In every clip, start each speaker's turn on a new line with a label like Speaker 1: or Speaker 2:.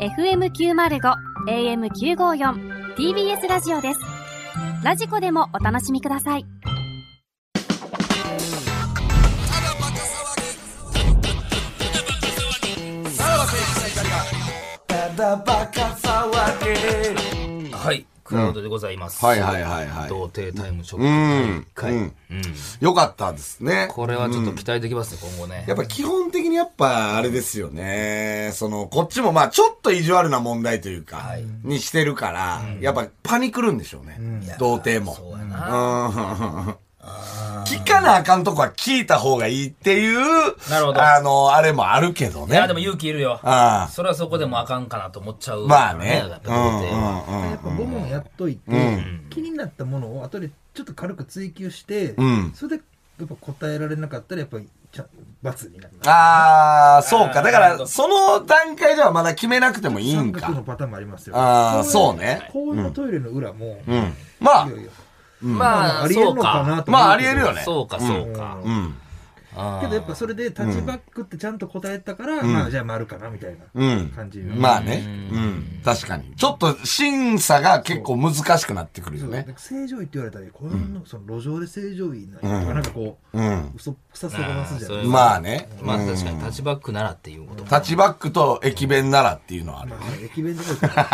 Speaker 1: FM905 AM954 TBS ラジオですラジコでもお楽しみください
Speaker 2: はい黒田でございます、
Speaker 3: はいはいはいはい
Speaker 2: 童貞タイムショッ
Speaker 3: う
Speaker 2: プ
Speaker 3: ん。
Speaker 2: 第一回、
Speaker 3: うんよかったですね。
Speaker 2: これはちょっと期待できますね、今後ね
Speaker 3: やっぱ基本的にやっぱあれですよね。その、こっちもまあちょっと意地悪な問題というか、
Speaker 2: はい
Speaker 3: にしてるから、やっぱパニクるんでしょうね。童貞も。
Speaker 2: そううんやな、
Speaker 3: 聞かなあかんとこは聞いた方がいいっていう、
Speaker 2: なるほど
Speaker 3: あの、あれもあるけど
Speaker 2: い
Speaker 3: ね。
Speaker 2: やでも勇気いるよ
Speaker 3: ああ
Speaker 2: それはそこでもあかんかなと思っちゃう
Speaker 3: まあね
Speaker 2: や
Speaker 3: う
Speaker 2: っぱ。童
Speaker 3: ん
Speaker 2: 貞は
Speaker 3: うんうん
Speaker 4: やっぱ5問やっといて、気になったものを後でちょっと軽く追求して、
Speaker 3: ん
Speaker 4: それでやっぱ答えられなかったらやっぱりちゃ罰になります
Speaker 3: ああ、そうか。だか
Speaker 2: なるほ
Speaker 3: ら、
Speaker 2: ど
Speaker 3: その段階ではまだ決めなくてもいいん
Speaker 4: 三角の
Speaker 3: か。
Speaker 4: パターンもありますよ
Speaker 3: ああ、そうね。
Speaker 4: 公園のトイレの裏も、
Speaker 3: うん。まあ
Speaker 4: いや、いや
Speaker 2: まあ
Speaker 4: ありえ
Speaker 2: そ
Speaker 4: る
Speaker 2: う
Speaker 4: のか
Speaker 2: か
Speaker 4: なと思うけど
Speaker 3: まあありえるよね
Speaker 2: そうかそうか、
Speaker 3: うん。
Speaker 4: けどやっぱそれでタッチバックってちゃんと答えたから、まあじゃあ丸かなみたい
Speaker 3: うん
Speaker 4: な感じ、
Speaker 3: まあね。うん。確かに。ちょっと審査が結構難しくなってくるよ
Speaker 4: そう
Speaker 3: ね。
Speaker 4: 正常位って言われたら公園のその路上で正常位な,、なんかこう、
Speaker 3: ん
Speaker 4: 嘘臭さがますじゃない
Speaker 2: あーそれ
Speaker 3: まあね。
Speaker 2: まあ確かにタッチバックならっていうこと
Speaker 3: タッチバックと駅弁ならっていうのはある。
Speaker 4: まあ駅弁とかだっ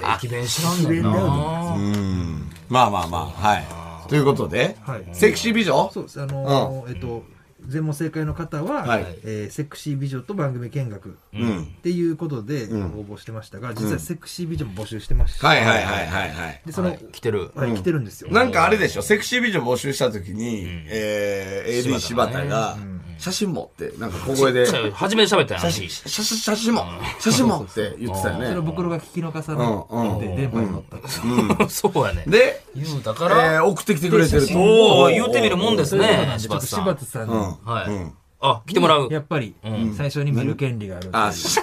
Speaker 4: たら
Speaker 2: 駅弁知らん
Speaker 4: 駅
Speaker 2: ねん
Speaker 4: 弁だよ
Speaker 2: な
Speaker 4: ね
Speaker 3: うん。まあまあまあ、はい。ということで
Speaker 4: はい、
Speaker 3: セクシー美女
Speaker 4: そうです。あのーえっと、全問正解の方は、
Speaker 3: はい
Speaker 4: えーセクシー美女と番組見学っていうことで応募してましたが、実はセクシー美女も募集してました。
Speaker 3: はいはいはいはいはい。
Speaker 4: で、その、
Speaker 2: 来てる、
Speaker 4: はい、来てるんですよ。
Speaker 3: なんかあれでしょ、セクシー美女募集した時に、えー、AD 柴
Speaker 2: 柴田ね
Speaker 3: 田が、写真持って、なんか小声で、写
Speaker 2: 初めて喋ったやん
Speaker 3: 真、写真、写真も、写真もって言ってたよ
Speaker 4: それ
Speaker 3: ね。
Speaker 4: 僕らが聞き逃さ
Speaker 3: うんうん
Speaker 4: ないで、電波に乗っ た。
Speaker 2: そうやね
Speaker 3: で、
Speaker 2: 言うた
Speaker 3: え
Speaker 2: から、
Speaker 3: ー送ってきてくれてると。
Speaker 2: おお言うてみるもんですね
Speaker 4: ち
Speaker 2: 柴
Speaker 4: ょっ
Speaker 2: 田
Speaker 4: と
Speaker 2: さ
Speaker 4: 柴
Speaker 2: ん
Speaker 4: 田さん
Speaker 3: うん
Speaker 4: に、。
Speaker 2: はい、あ来てもらう
Speaker 4: やっぱり、最初に見る権利があるんで。
Speaker 3: あ、し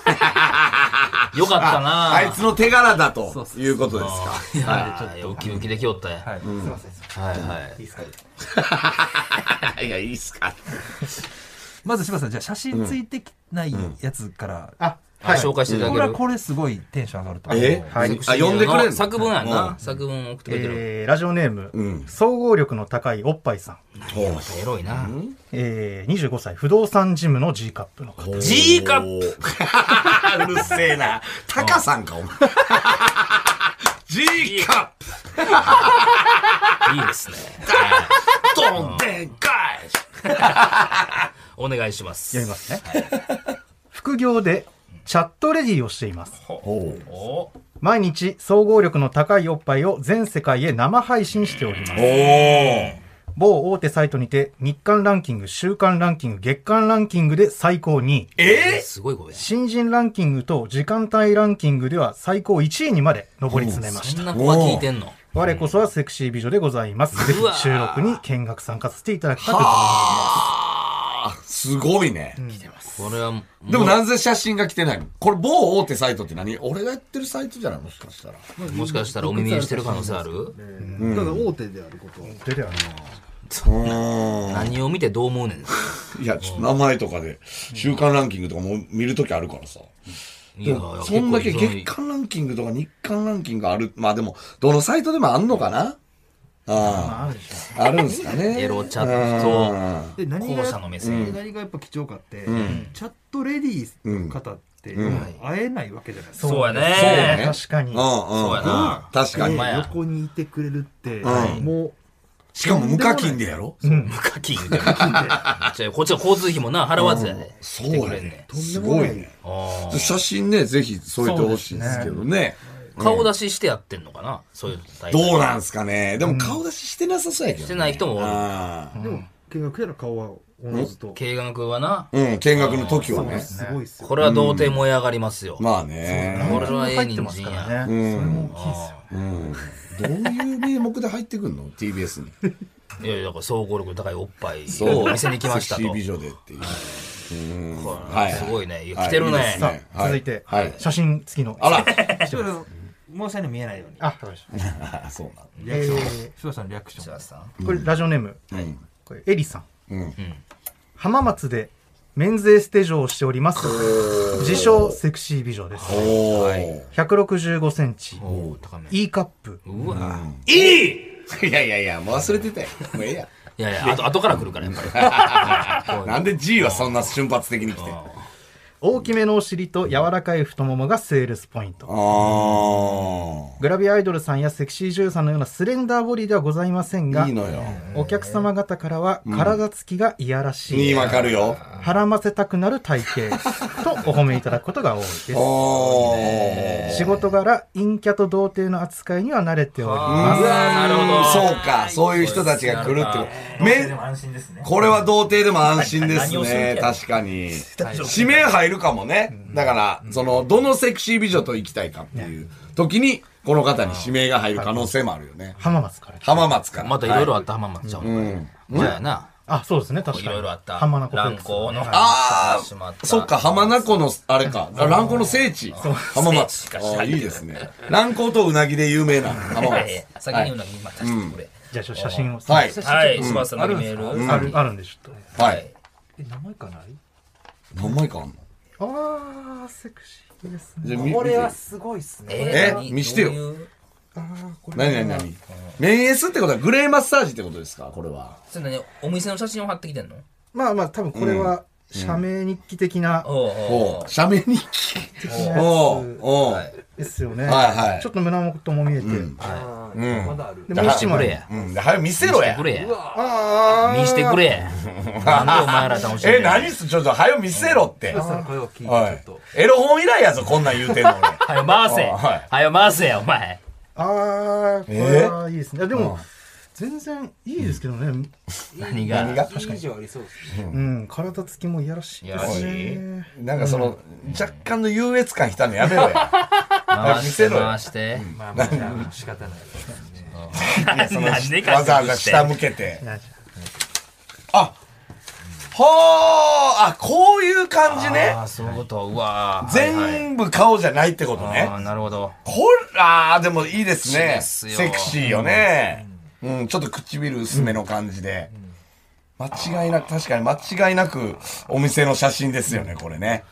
Speaker 2: よかったな
Speaker 3: ああいつの手柄だと
Speaker 4: うそう
Speaker 3: いうことですか。
Speaker 2: いやーウキウキできよったや
Speaker 4: はい。すいません。
Speaker 2: はいはい
Speaker 4: いいですか
Speaker 3: いや、いいっすか。
Speaker 4: まず柴田さん、じゃあ写真ついてきないやつから、あ、
Speaker 2: あ紹介していただ
Speaker 4: こ
Speaker 2: け
Speaker 4: れ
Speaker 2: る
Speaker 4: はこれすごいテンション上がると思う。
Speaker 3: え
Speaker 5: はい
Speaker 3: あ、呼んでくれんの
Speaker 2: 作文やんな、作文送ってくれてる、
Speaker 5: えーラジオネーム、
Speaker 3: ん
Speaker 5: 総合力の高いおっぱいさん、
Speaker 3: ほ
Speaker 2: エロいな、
Speaker 5: えー、25歳不動産事務の G カップの方
Speaker 3: う
Speaker 2: G カッ
Speaker 3: プ うるせえな。タカさんか、お前。G カッ
Speaker 2: いいですね
Speaker 3: プどんでんかい
Speaker 2: お願いします
Speaker 5: 読みますね副業でチャットレディをしています
Speaker 2: お
Speaker 5: 毎日総合力の高いおっぱいを全世界へ生配信しております某大手サイトにて日間ランキング週間ランキング月間ランキングで最高2位
Speaker 3: え
Speaker 2: すごいことや
Speaker 5: 新人ランキングと時間帯ランキングでは最高1位にまで上り詰めまし
Speaker 2: そ
Speaker 5: た
Speaker 2: んな子は聞いてんの
Speaker 5: 我こそはセクシー美女でございます。ぜ
Speaker 2: うわ
Speaker 5: ひ収録に見学参加させていただきたく
Speaker 3: あすごいね。
Speaker 2: これはもう
Speaker 3: でもなぜ写真が来てないのこれ某大手サイトって何俺がやってるサイトじゃないもしかしたら。
Speaker 2: もしかしたらお耳にしてる可能性ある
Speaker 4: ただ大手であることを。
Speaker 5: 出てはね
Speaker 2: 何を見てどう思うねん
Speaker 3: いや、ちょっと名前とかで、週間ランキングとかも見るときあるからさ。
Speaker 2: い
Speaker 3: で
Speaker 2: や
Speaker 3: もそんだけ月間ランキングとか日間ランキングある。まあでも、どのサイトでもあんのかなあ
Speaker 5: あるでしょ
Speaker 3: あ、あるんすかね。
Speaker 2: エロチャッ
Speaker 3: う
Speaker 2: ト
Speaker 3: ん
Speaker 4: で何
Speaker 2: 後
Speaker 4: が
Speaker 2: 者の目線
Speaker 4: うん何がやっぱ貴重かって、チャットレディーの方って、会えないわけじゃないですか、
Speaker 2: そうやね
Speaker 3: そうね
Speaker 5: 確かに。
Speaker 3: うんうん
Speaker 2: そうやな
Speaker 3: 確かに
Speaker 2: ま。あや
Speaker 4: 横にいてくれるって、
Speaker 3: うん
Speaker 4: も
Speaker 3: しかも無課金でやろ
Speaker 2: 無課金でじゃあこっちは交通費もな払わずやで
Speaker 3: そ
Speaker 2: 来
Speaker 3: う
Speaker 2: て
Speaker 3: や
Speaker 2: くれんね
Speaker 3: ね。すごいね。
Speaker 2: あー
Speaker 3: 写真ね、ぜひ添えてほしいんですけどね。
Speaker 2: 顔出ししてやってんのかなそういうタイプ
Speaker 3: どうなんすかね。でも顔出ししてなさそうやけどね。
Speaker 2: してない人もおる
Speaker 3: あ
Speaker 4: うでも見学やの顔はおのずと、
Speaker 2: 軽学はな
Speaker 3: ーうん、見学の時はね。
Speaker 4: すごいっすよ、
Speaker 2: これは童貞燃え上がりますよ
Speaker 3: まあね。
Speaker 2: これはええ
Speaker 5: 入って
Speaker 2: 人
Speaker 5: ます
Speaker 2: 参
Speaker 5: か
Speaker 2: や
Speaker 5: らね。
Speaker 3: うん。どういう名目で入ってくんの ?TBS に。
Speaker 2: いやいやだから総合力高いおっぱいを見せに来ました
Speaker 3: セクシー
Speaker 2: と
Speaker 3: 美女でっていう。うんは
Speaker 2: はいすごいねいや来てるね
Speaker 3: です
Speaker 5: さあ
Speaker 3: は
Speaker 5: 続いて
Speaker 3: はい。
Speaker 5: 写真付きの。
Speaker 3: あら。
Speaker 4: ちょっと申し訳ない見えないように
Speaker 5: あ、わかりました
Speaker 3: あそうなんだ
Speaker 4: リアクション柴田さんのリアクション
Speaker 2: さん
Speaker 5: これラジオネーム、
Speaker 3: うん
Speaker 5: これエリさん。
Speaker 3: うん
Speaker 5: 浜松で免税ステ嬢をしております。自称セクシー美女です。
Speaker 3: おー
Speaker 5: 165センチ、
Speaker 2: おー高め。
Speaker 5: E カップ、
Speaker 2: うわ。いいい
Speaker 3: いやいやいや、もう忘れてたよ。もうええや。
Speaker 2: やいや、あと、後から来るから、やっ ぱりこういうの。
Speaker 3: なんで G はそんな瞬発的に来てんの
Speaker 5: 大きめのお尻と柔らかい太ももがセールスポイント。
Speaker 3: あ
Speaker 5: グラビアアイドルさんやセクシー女優さんのようなスレンダーボディではございません
Speaker 3: あ。
Speaker 5: が
Speaker 3: いい、のよ。
Speaker 5: お客様方からは体つきがいやらし
Speaker 3: いい、
Speaker 5: い、
Speaker 3: わかるよ。
Speaker 5: はらませたくなる体型とお褒めいただくことが多いです。
Speaker 3: お
Speaker 5: 仕事柄、陰キャと童貞の扱いには慣れており
Speaker 3: う
Speaker 5: ます。
Speaker 3: わ
Speaker 2: なるほど
Speaker 3: そうか、そういう人たちが来るってこと。め、
Speaker 6: 安心ですね。
Speaker 3: これは童貞でも安心です
Speaker 2: 何をする
Speaker 3: ね。
Speaker 2: 気や
Speaker 3: 確かに。指名入るかもね。だから、その、どのセクシー美女と行きたいかっていう時に、この方に指名が入る可能性もあるよね。
Speaker 5: 浜松から。
Speaker 3: 浜松から。
Speaker 2: またいろいろあった浜松ちゃうのかね。じゃあな。
Speaker 5: あ、そうですね、確か
Speaker 2: い
Speaker 5: に。
Speaker 2: ろいろあった。
Speaker 5: 浜名湖
Speaker 2: 乱行の。
Speaker 3: あ
Speaker 2: しまっ
Speaker 3: あ、
Speaker 2: た
Speaker 3: そっか、。浜名湖の、あれか、蘭光の聖地。浜松。ああ、いいですね。蘭光とうなぎで有名な 浜
Speaker 6: は
Speaker 3: 松
Speaker 6: い。。先にうなぎ今足してこれ。
Speaker 5: じゃあ、ちょっと写真
Speaker 3: は
Speaker 5: を。
Speaker 3: い。
Speaker 6: はい、柴田さんのメール。
Speaker 5: ある、あるんで、ちょっと。
Speaker 3: はい。
Speaker 5: え、名前かない
Speaker 3: 何枚かあんの
Speaker 5: あー、セクシーですね。
Speaker 3: じゃあみ
Speaker 5: すごいっすね。
Speaker 6: え
Speaker 3: え見してよ
Speaker 6: どういう
Speaker 3: 何何何免エスってことはグレーマッサージってことですかこれは。
Speaker 6: それ何お店の写真を貼ってきてんの
Speaker 5: まあまあ、多分これは、社名日記的な、
Speaker 6: おうおう
Speaker 3: おう、写メ日記。
Speaker 5: 的なや
Speaker 3: おう
Speaker 5: つ、
Speaker 3: おう、
Speaker 5: ですよね。
Speaker 3: はいはい
Speaker 5: ちょっと胸元も見えて。
Speaker 3: うん。
Speaker 5: で、もう一枚。
Speaker 2: や。
Speaker 3: うん。で早く見せろ
Speaker 2: 見して
Speaker 3: や
Speaker 2: く。れや。
Speaker 5: あー
Speaker 2: 見してくれ。なんでお前ら楽しい。
Speaker 3: え、何っすちょっと早く見せろって。
Speaker 4: これを聞いてちょ
Speaker 3: は
Speaker 4: っと。
Speaker 3: い。エロ本以来やぞ、こんなん言うてんの俺。
Speaker 2: はよ回せ。
Speaker 3: はい
Speaker 2: はよ回せや、お前。
Speaker 5: あー、これはいいですね。いやでも、全然いいですけどね。
Speaker 2: 何 が。
Speaker 3: が
Speaker 4: いい以上ありそうですね。
Speaker 5: うん、体つきもいやらしいです
Speaker 2: い
Speaker 5: ね。
Speaker 3: なんかその、若干の優越感きたのやめろや。
Speaker 2: 回
Speaker 3: 見
Speaker 2: し
Speaker 3: せ
Speaker 2: て、
Speaker 3: ろよ
Speaker 2: 回して。
Speaker 4: まあまあじゃあ仕方ない。
Speaker 3: いやその
Speaker 2: なんでか
Speaker 3: わざわざ下向けて。
Speaker 5: いや
Speaker 3: あはあ、あ、こういう感じね
Speaker 2: あ。あ、そういうこと。うわー。はいはい
Speaker 3: 全部顔じゃないってことね
Speaker 2: ああ、。なるほど。
Speaker 3: ほらー、でもいいですね。
Speaker 2: セクシーですよ
Speaker 3: セクシーよね。うん、ちょっと唇薄めの感じで。間違いなく、確かに間違いなくお店の写真ですよね、これね。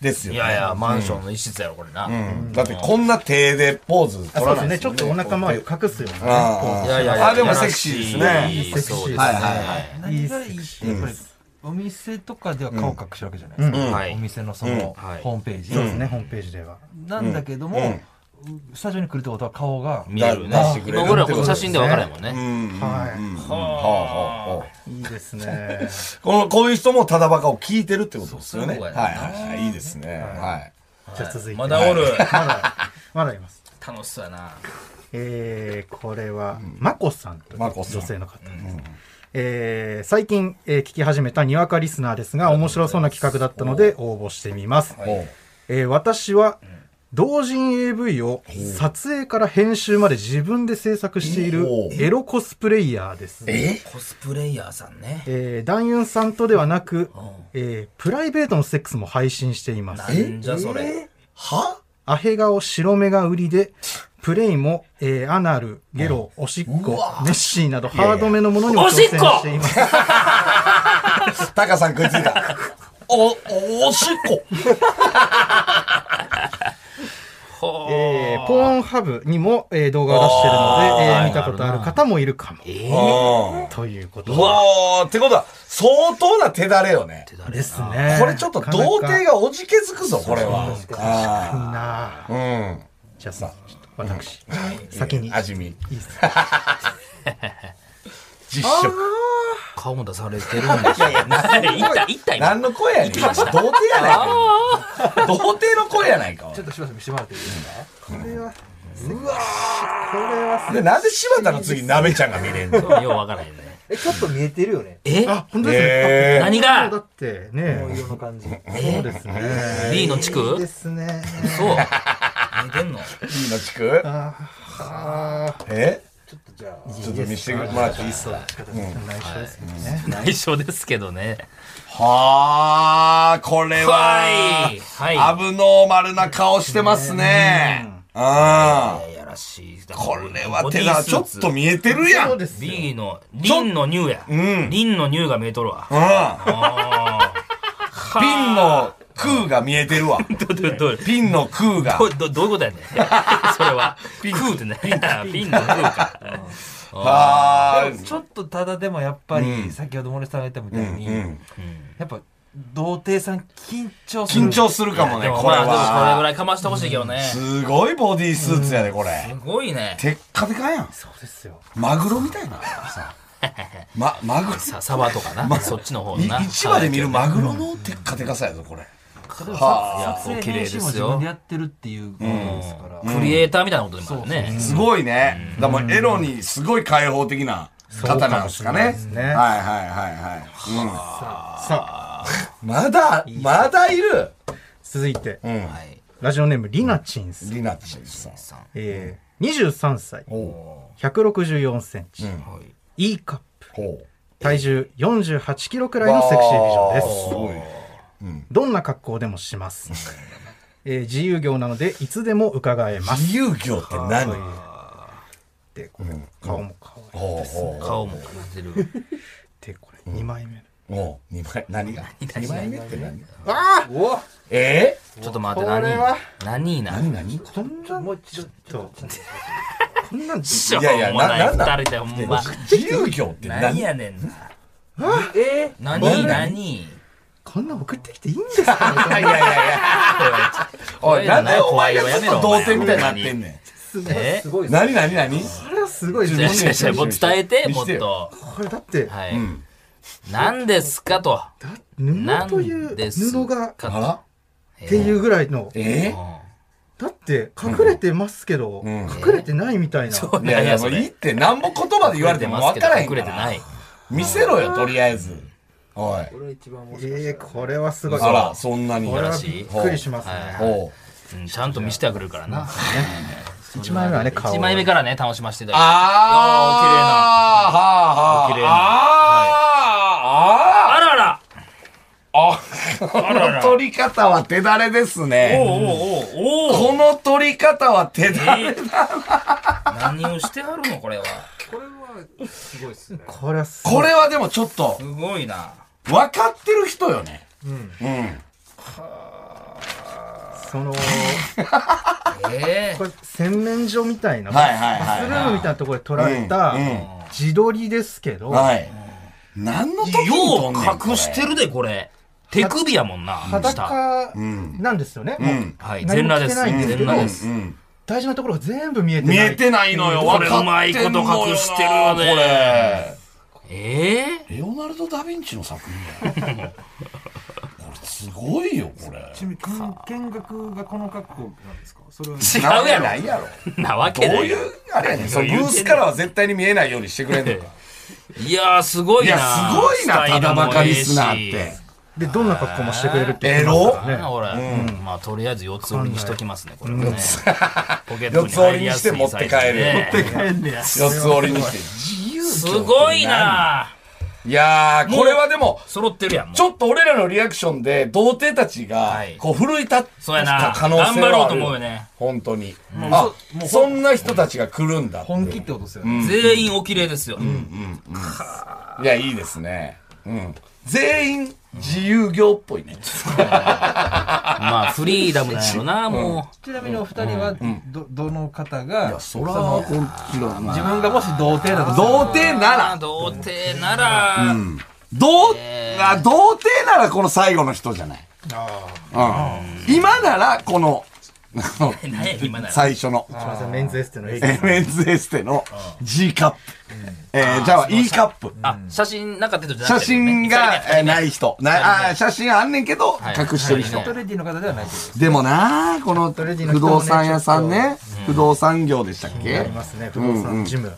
Speaker 3: ですよ
Speaker 2: い
Speaker 3: ね。
Speaker 2: やいや、マンションの一室やろ、これな。
Speaker 3: うんだってこんな手でポーズ
Speaker 5: あ
Speaker 3: 取
Speaker 5: そ
Speaker 3: ら
Speaker 5: うで
Speaker 3: な
Speaker 5: す
Speaker 3: い
Speaker 5: ね。
Speaker 3: です
Speaker 5: ちょ
Speaker 3: よ
Speaker 5: っ
Speaker 3: ね
Speaker 5: とお腹周りを隠すようなね。
Speaker 3: ああ
Speaker 2: いやいやいや。
Speaker 3: あでもセクシーですね
Speaker 2: いいそうですね。。
Speaker 3: はいはいはい
Speaker 5: いいっすね
Speaker 4: 何がしやっぱりお店とかでは顔隠してるわけじゃないです
Speaker 2: うんは
Speaker 4: か。
Speaker 2: い
Speaker 4: お店のその
Speaker 2: はい
Speaker 4: ホームペー
Speaker 5: そうです
Speaker 4: ジ。
Speaker 5: ね、ホームページでは。
Speaker 4: なんだけども、スタジオに来るってことは顔が、
Speaker 2: 見える
Speaker 3: 出
Speaker 2: ね
Speaker 3: して。くれる
Speaker 2: 今頃はこの写真でわからんもんね。
Speaker 3: うん
Speaker 5: は
Speaker 3: はあはあはあ
Speaker 5: い。いいですね。
Speaker 3: このこういう人もただバカを聞いてるってことですよね。
Speaker 6: そう
Speaker 3: はい
Speaker 6: や
Speaker 3: は
Speaker 6: ない
Speaker 3: はい。いいですね。はい。
Speaker 5: じゃあ続いて。
Speaker 6: まだおる。
Speaker 5: まだ、まだいます。
Speaker 6: 楽しそうやな。
Speaker 5: えー、これは、まこさんという
Speaker 3: まこさん
Speaker 5: 女性の方です。えー最近、えー聞き始めたにわかリスナーですが、面白そうな企画だったので応募してみます。
Speaker 3: おう
Speaker 5: えー私は、同人 AV を撮影から編集まで自分で制作している
Speaker 3: お
Speaker 5: エロコスプレイヤーです。
Speaker 3: え
Speaker 6: コスプレイヤーさんね。
Speaker 5: えー、男優さんとではなく、えープライベートのセックスも配信しています。
Speaker 6: なんじゃそれ。
Speaker 3: は
Speaker 5: アヘ顔白目が売りで、プレイも、えーアナル、ゲロ、おしっこ、ネッシーなどハードめのものにも挑戦しています。
Speaker 3: タカさん食いつい た。お、おしっこ。
Speaker 5: えーポーンハブにも、えー動画を出してるので、えー見たことある方もいるかも。
Speaker 3: うん
Speaker 5: ということ
Speaker 3: うわーってことは、相当な手だれよね。
Speaker 5: ですね。
Speaker 3: これちょっと童貞
Speaker 5: が。
Speaker 3: がおじけづくぞ、これは。あ
Speaker 5: なあ
Speaker 3: ー
Speaker 5: じゃあさ、ちょっと私、先
Speaker 3: う
Speaker 5: に。
Speaker 3: ん。味見。
Speaker 5: いいっす
Speaker 3: 実食。
Speaker 2: 顔も出されてるんでしょ。いった、いった、今。
Speaker 3: 何の声やねん。童貞やないか。童貞の声やないか。おい
Speaker 4: ちょっと柴田さん見してもらっていいですか
Speaker 5: これは、これは
Speaker 3: で、なんで柴田の次、鍋ちゃんが見れんの
Speaker 2: ようわからへんね。
Speaker 4: え、ちょっと見えてるよね。
Speaker 2: え
Speaker 5: あ、本当ですね。
Speaker 3: えー
Speaker 5: あ
Speaker 2: 何が
Speaker 5: だってね
Speaker 4: こう、いう色の感じ。
Speaker 5: そうですね。
Speaker 2: ?B の地
Speaker 5: いい
Speaker 2: 区
Speaker 5: ですね。
Speaker 2: そう。
Speaker 6: 見てんの
Speaker 3: いいの地区
Speaker 5: ああ、
Speaker 3: え
Speaker 4: ちょっとじゃあ、
Speaker 3: ちょっと見せてもらっていいっすか
Speaker 5: 内緒ですけどね。
Speaker 2: 内緒ですけどね。
Speaker 3: はあ、これは
Speaker 2: はい。、は
Speaker 3: アブノーマルな顔してますね。ああ。
Speaker 2: い。やらしい。
Speaker 3: これは手だ、ちょっと見えてるやん。。
Speaker 5: そううんですよ。
Speaker 2: B の、リンのニューや。
Speaker 3: ん
Speaker 2: リンのニューが見えとるわ。
Speaker 3: あ
Speaker 2: あ
Speaker 3: ンの空が見えてる わ。
Speaker 2: どどど
Speaker 3: ピンの空が。
Speaker 2: どどどういうことやねん それは
Speaker 3: ピン
Speaker 2: 空ってねピンの空か
Speaker 3: はーい。
Speaker 7: ちょっとただでもやっぱ
Speaker 3: うん
Speaker 7: り、先ほど森さんが言ったみたいに、
Speaker 3: うんう
Speaker 7: や
Speaker 3: ん
Speaker 7: っぱ、童貞さん緊張する。
Speaker 3: 緊張するかも
Speaker 2: で
Speaker 3: ね、
Speaker 2: も
Speaker 3: これ
Speaker 2: まあでもそれぐ
Speaker 3: は。
Speaker 2: らいかましてほしいけどねす
Speaker 3: すごいボディースーツやで、これ。
Speaker 2: ごいね
Speaker 3: テッカテカやん。
Speaker 5: そうですよ。
Speaker 3: マグロみたいな。 さま、マグロ。
Speaker 2: さサバとかな、そっちの方の
Speaker 3: い
Speaker 2: な
Speaker 3: 市場で見るマグロのテッカテカさやぞ、これ。
Speaker 2: あ
Speaker 7: 撮影
Speaker 2: 綺麗で
Speaker 7: 編
Speaker 2: す
Speaker 7: 集も自
Speaker 2: よ
Speaker 7: 分でやってるっていうことですから。
Speaker 2: クリエイターみたいなことでもあるね
Speaker 3: すごいね。だからもうエロにすごい開放的な方なんですかね。はい
Speaker 5: そうかもしれ
Speaker 3: は
Speaker 5: ないい
Speaker 3: はいはい。うん
Speaker 5: さあ、
Speaker 3: まだ、まだいる。
Speaker 5: 続いて、
Speaker 3: うん。
Speaker 5: ラジオネーム、リナチンス。
Speaker 3: リナチンさん。
Speaker 5: えー、23歳、
Speaker 3: ほ
Speaker 5: 164センチ、
Speaker 3: ん
Speaker 5: E カップ、
Speaker 3: う。ほう。
Speaker 5: 体重48キロくらいのセクシービジョンです。
Speaker 3: すごい。
Speaker 5: どんな格好でもします。 えー自由業なので、いつでも伺えます。
Speaker 3: 自由業って何
Speaker 5: で、これ、顔も可愛い。
Speaker 3: ほうほう。
Speaker 2: 顔もかってる
Speaker 5: で、これ、2枚目。
Speaker 3: もう、二枚、何が二枚目って何
Speaker 7: お
Speaker 3: え
Speaker 2: ちょっと待って何何な
Speaker 3: ー、何何
Speaker 5: こんな、もうちょっと、こんなん、
Speaker 2: しょう
Speaker 3: いやいや
Speaker 2: もない
Speaker 3: ななんだ
Speaker 2: 二人でほんま
Speaker 3: 自由業って
Speaker 2: 何
Speaker 3: 何
Speaker 2: やねんな
Speaker 7: え
Speaker 2: 何何
Speaker 5: こんなん送ってきていいんですか
Speaker 3: いやいやいや。おい、なんでお前がずっと童貞みたいになってんね
Speaker 2: え
Speaker 7: すごい
Speaker 3: ん。何何何
Speaker 5: これはすごい。
Speaker 2: いやいやいやもう伝えて
Speaker 3: 見
Speaker 2: も
Speaker 3: せ
Speaker 2: って
Speaker 3: よ
Speaker 2: と
Speaker 5: これだって、
Speaker 2: はい何ですかと
Speaker 5: 布とい
Speaker 2: 何
Speaker 5: う
Speaker 2: です
Speaker 5: 布がっ
Speaker 2: か
Speaker 3: あ
Speaker 2: と
Speaker 3: ら
Speaker 5: ていうぐらいの、
Speaker 3: え
Speaker 5: だって隠れてますけど、
Speaker 3: ん
Speaker 5: 隠れてないみたいな。
Speaker 2: そう
Speaker 3: いやいや、も
Speaker 2: そうれ
Speaker 3: いいって、なんぼ言葉で言われても分からへんか
Speaker 2: 隠れてま
Speaker 3: ら
Speaker 2: すけ。
Speaker 3: 見せろよ、とりあえず。おい。
Speaker 5: ええこれはすごい。
Speaker 3: あら、そんなに。
Speaker 5: これは
Speaker 2: しい
Speaker 5: びっくりしますね。
Speaker 3: おう
Speaker 2: ど隠れてない、うんちゃんと見せてはくれるからな
Speaker 5: 1枚目はね、顔。
Speaker 2: 1枚目からね楽しませていただいて
Speaker 3: あー、
Speaker 2: お綺麗な
Speaker 3: はあはあ。あー、あー、
Speaker 2: あらら
Speaker 3: あこの取り方は手だれですね。
Speaker 2: おおおお
Speaker 3: この取り方は手だれ。
Speaker 2: 何をしてはるのこれは
Speaker 5: これはすごい。
Speaker 3: これはでもちょっと、
Speaker 2: すごいな
Speaker 3: 分かってる人よね。
Speaker 5: その、
Speaker 2: ええ
Speaker 5: これ洗面所みたいな、
Speaker 3: はいはい
Speaker 5: バス
Speaker 3: は
Speaker 5: ルームみたいなところで撮られた
Speaker 3: うんう
Speaker 5: 自撮りですけど、
Speaker 3: い。はい。何の時に撮んねん
Speaker 2: よう隠してるでこれ手首やもんな下
Speaker 5: 裸なんですよね。もう
Speaker 2: はい全
Speaker 5: 何も
Speaker 2: 裸で
Speaker 5: 着て
Speaker 2: す
Speaker 5: ないんで
Speaker 2: 全
Speaker 5: すけど
Speaker 2: 裸です
Speaker 3: ん。
Speaker 5: 大事なところが全部見えてない。
Speaker 3: 見えてないのよ。
Speaker 2: これ
Speaker 3: 分かってんの
Speaker 2: うまいこと隠してるよね
Speaker 3: これ。
Speaker 2: ええ
Speaker 3: レオナルド・ダ・ヴィンチの作品だよ。これすごいよ、これ。
Speaker 4: ちなみに見学がこの格好なんですかそれは
Speaker 2: 違うやろ
Speaker 3: ないやろ。
Speaker 2: なわ
Speaker 3: どう
Speaker 2: けない
Speaker 3: い
Speaker 2: や
Speaker 3: う
Speaker 2: ろ、
Speaker 3: あれやねん。そのブースからは絶対に見えないようにしてくれんのか。
Speaker 2: いやーすごい
Speaker 3: い
Speaker 2: な
Speaker 3: や、すごいな、ただバカリスナーって。
Speaker 5: で、どんな格好もしてくれるって
Speaker 3: エ
Speaker 5: こと
Speaker 3: ロ
Speaker 2: な俺、まあとりあえず四つ折りにしときますねこれはねポケット
Speaker 3: 四
Speaker 2: に
Speaker 3: つ折
Speaker 2: 入
Speaker 3: り
Speaker 2: り
Speaker 3: に
Speaker 2: や
Speaker 3: し
Speaker 2: す
Speaker 3: て
Speaker 2: い
Speaker 3: 持って帰る。
Speaker 2: サイズで
Speaker 3: 四つ折りにして。自由
Speaker 2: す
Speaker 3: 帳って何
Speaker 2: ごい。ない
Speaker 3: やー、これはでも、
Speaker 2: 揃ってるやんもう
Speaker 3: ちょっと俺らのリアクションで、童貞たちが
Speaker 2: はい、
Speaker 3: こう、奮い立っ
Speaker 2: そうやな
Speaker 3: た可能性
Speaker 2: 頑張ろ
Speaker 3: は
Speaker 2: う
Speaker 3: あ
Speaker 2: と
Speaker 3: る
Speaker 2: 思うよね。
Speaker 3: 本当に。あ、そんな人たちが来るんだって。
Speaker 4: 本気ってことですよね、
Speaker 2: 全員お綺麗ですよ、
Speaker 3: いや、いいですね。うん。全員、自由業っぽいね。
Speaker 2: まあフリーダムなんやろなも
Speaker 4: ちなみにお二人はどどの方が
Speaker 3: そら、こっちだな。
Speaker 4: 自分がもし童貞だとしたら
Speaker 3: 童貞な
Speaker 2: う、
Speaker 3: ら、
Speaker 2: 童貞なら、
Speaker 3: 童、あ、童貞ならこの最後の人じゃない。うん。今なら、この、
Speaker 2: 何や今なら
Speaker 3: 最初の、
Speaker 5: まずはメンズエステのエイジ
Speaker 3: えメンズエステの G カップ。えーじゃあ E カップ。
Speaker 2: あ写真なかった人じゃな
Speaker 3: 写
Speaker 2: くてね、
Speaker 3: 真がえーないい人。なあー写真あんねんけど、
Speaker 2: い
Speaker 3: 隠してる人
Speaker 2: はい。
Speaker 4: トレディの方ではないってことです
Speaker 3: でもなーこの
Speaker 5: トレディの
Speaker 3: 不
Speaker 5: 人もね
Speaker 3: 動産屋さんね、不動産業でしたっ
Speaker 5: あ
Speaker 3: け
Speaker 5: りますね、不動産ジム。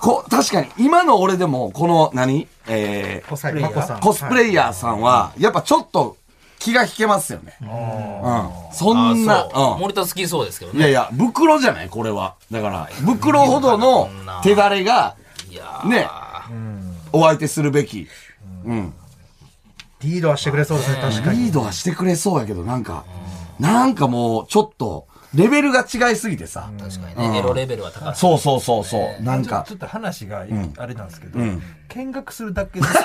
Speaker 3: こ確かに、今の俺でも、この何、えー
Speaker 5: コスプレイヤーマコさん
Speaker 3: コスプレイヤーさんは、やっぱちょっと気が引けますよね。うん。そ
Speaker 2: あ
Speaker 3: んな、
Speaker 2: そう、
Speaker 3: うん。
Speaker 2: 森田好きそうですけど
Speaker 3: い
Speaker 2: ね
Speaker 3: やいや、袋じゃないこれは。だから、袋ほどの手だれが、
Speaker 2: いやー
Speaker 3: ね、お相手するべき。うん。
Speaker 5: リードはしてくれそうですね、確かに。
Speaker 3: リードはしてくれそうやけど、なんか、なんかもう、ちょっと、レベルが違いすぎてさ。
Speaker 6: 確かにね。エロレベルは高い。
Speaker 3: そうそうそうそう。なん
Speaker 4: ちょ
Speaker 3: か
Speaker 4: ちょ、っと話があれなんですけど、
Speaker 3: ん
Speaker 4: 見学するだけですか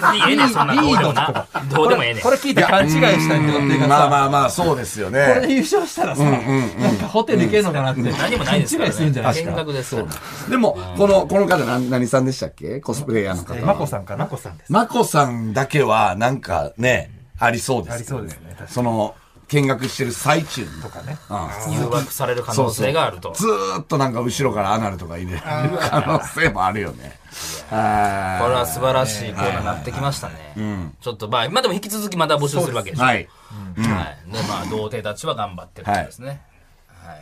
Speaker 4: ら
Speaker 2: 別にええねん、そん なのどうでもな。どうでもええねん。
Speaker 7: これ聞いて勘違いしたりとかっていうかさ、
Speaker 3: まあまあまあ、そうですよ
Speaker 7: これ
Speaker 3: ね。
Speaker 7: で優勝したらさ、なんかホテル行けんのかなって。
Speaker 2: 何もないですか
Speaker 7: 勘
Speaker 2: ら
Speaker 7: 違いするんじゃない
Speaker 2: ね。
Speaker 7: です
Speaker 2: 見
Speaker 7: か。
Speaker 2: 学ですから。
Speaker 3: でも、この、この方、何何さんでしたっけコスプレイヤーの方。
Speaker 4: マコさんかなマコさんです
Speaker 3: まこさんだけは、なんかね、ありそうです、
Speaker 4: ありそうですね確かに
Speaker 3: その、見学してる最中とか
Speaker 4: ね。
Speaker 3: うん
Speaker 2: 誘惑される可能性があると。
Speaker 3: ずーっとなんか後ろからアナルとか入れる可能性もあるよね。あー
Speaker 2: これは素晴らしいコーナーになってきましたね。ちょっとまあ、まあでも引き続きまた募集するわけでしょ。
Speaker 3: は
Speaker 2: はい。
Speaker 3: い。
Speaker 2: で、まあ、童貞たちは頑張ってるってことですね。はい。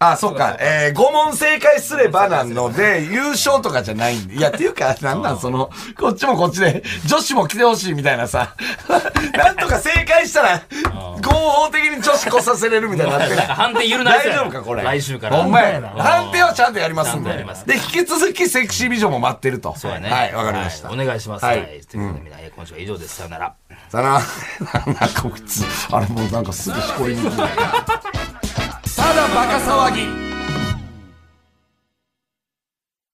Speaker 3: あ、そうか。えー、5問正解すればなので、優勝とかじゃないんで。いや、っていうか、なんなん、その、こっちもこっちで、女子も来てほしいみたいなさ。 なんとか正解したら、合法的に女子来させれるみたいになってる。
Speaker 2: 判定 緩なり
Speaker 3: 大
Speaker 2: そうや
Speaker 3: 丈
Speaker 2: な
Speaker 3: 夫か、これ。
Speaker 2: 来週から。
Speaker 3: ほんまや
Speaker 2: う
Speaker 3: な。判定はちゃんとやりますん
Speaker 2: ちゃんと
Speaker 3: で
Speaker 2: やります。
Speaker 3: で、引き続きセクシービジョンも待ってると。
Speaker 2: そうやね。
Speaker 3: はい、わかりました。
Speaker 2: はいお願いします。
Speaker 3: は
Speaker 2: はいい。ということで、皆、今週は以上です。さよなら。
Speaker 3: だな。なん だ こいつ。あれもうなんかすぐしこりにくい。ただバカ騒ぎ。